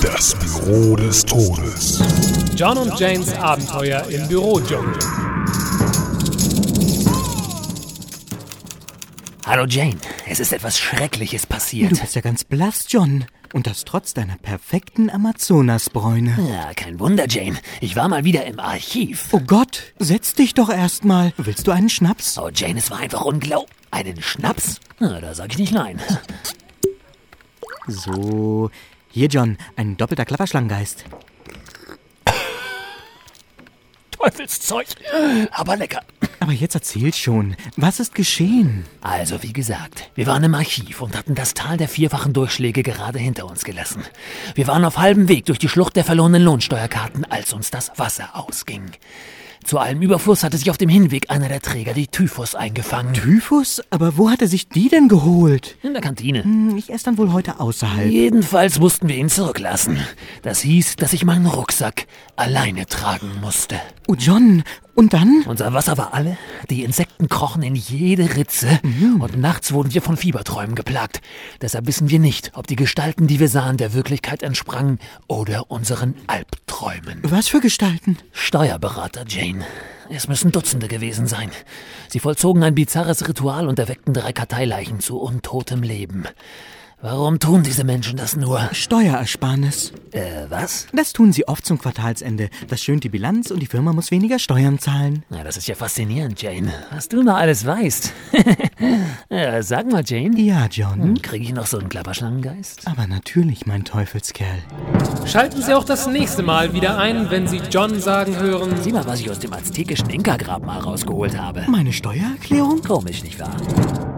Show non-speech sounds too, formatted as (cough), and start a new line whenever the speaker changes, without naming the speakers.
Das Büro des Todes.
John und Janes Abenteuer im Büro, John.
Hallo Jane, es ist etwas Schreckliches
Du
passiert.
bist ja ganz blass, John. Und das trotz deiner perfekten Amazonasbräune.
(laughs) Ja, kein Wunder, Jane. Ich war mal wieder im Archiv.
Oh Gott, setz dich doch erstmal. Willst du einen Schnaps?
Oh, Jane, es war einfach unglaublich. Einen Schnaps? Na, da sag ich nicht nein. (laughs)
So. Hier, John, ein doppelter Klapperschlangengeist.
Teufelszeug. Aber lecker.
Aber jetzt erzähl schon, was ist geschehen?
Also, wie gesagt, wir waren im Archiv und hatten das Tal der vierfachen Durchschläge gerade hinter uns gelassen. Wir waren auf halbem Weg durch die Schlucht der verlorenen Lohnsteuerkarten, als uns das Wasser ausging. Zu allem Überfluss hatte sich auf dem Hinweg einer der Träger die Typhus eingefangen.
Typhus? Aber wo hat er sich die denn geholt?
In der Kantine.
Hm, Ich esse dann wohl heute außerhalb.
Jedenfalls mussten wir ihn zurücklassen. Das hieß, dass ich meinen Rucksack alleine tragen musste.
Oh, John, und dann?
Unser Wasser war alle, die Insekten krochen in jede Ritze und nachts wurden wir von Fieberträumen geplagt. Deshalb wissen wir nicht, ob die Gestalten, die wir sahen, der Wirklichkeit entsprangen oder unseren Albträumen.
Was für Gestalten?
Steuerberater Jane. Es müssen Dutzende gewesen sein. Sie vollzogen ein bizarres Ritual und erweckten drei Karteileichen zu untotem Leben. Warum tun diese Menschen das nur?
Steuerersparnis.
Äh, was?
Das tun sie oft zum Quartalsende. Das schönt die Bilanz und die Firma muss weniger Steuern zahlen.
Na, das ist ja faszinierend, Jane. Was du noch alles weißt. (laughs) ja, sag mal, Jane.
Ja, John.
Kriege ich noch so einen Klapperschlangengeist?
Aber natürlich, mein Teufelskerl.
Schalten Sie auch das nächste Mal wieder ein, wenn Sie John sagen hören.
Sieh mal, was ich aus dem aztekischen Inka-Grab mal rausgeholt habe.
Meine Steuererklärung?
Komisch, nicht wahr?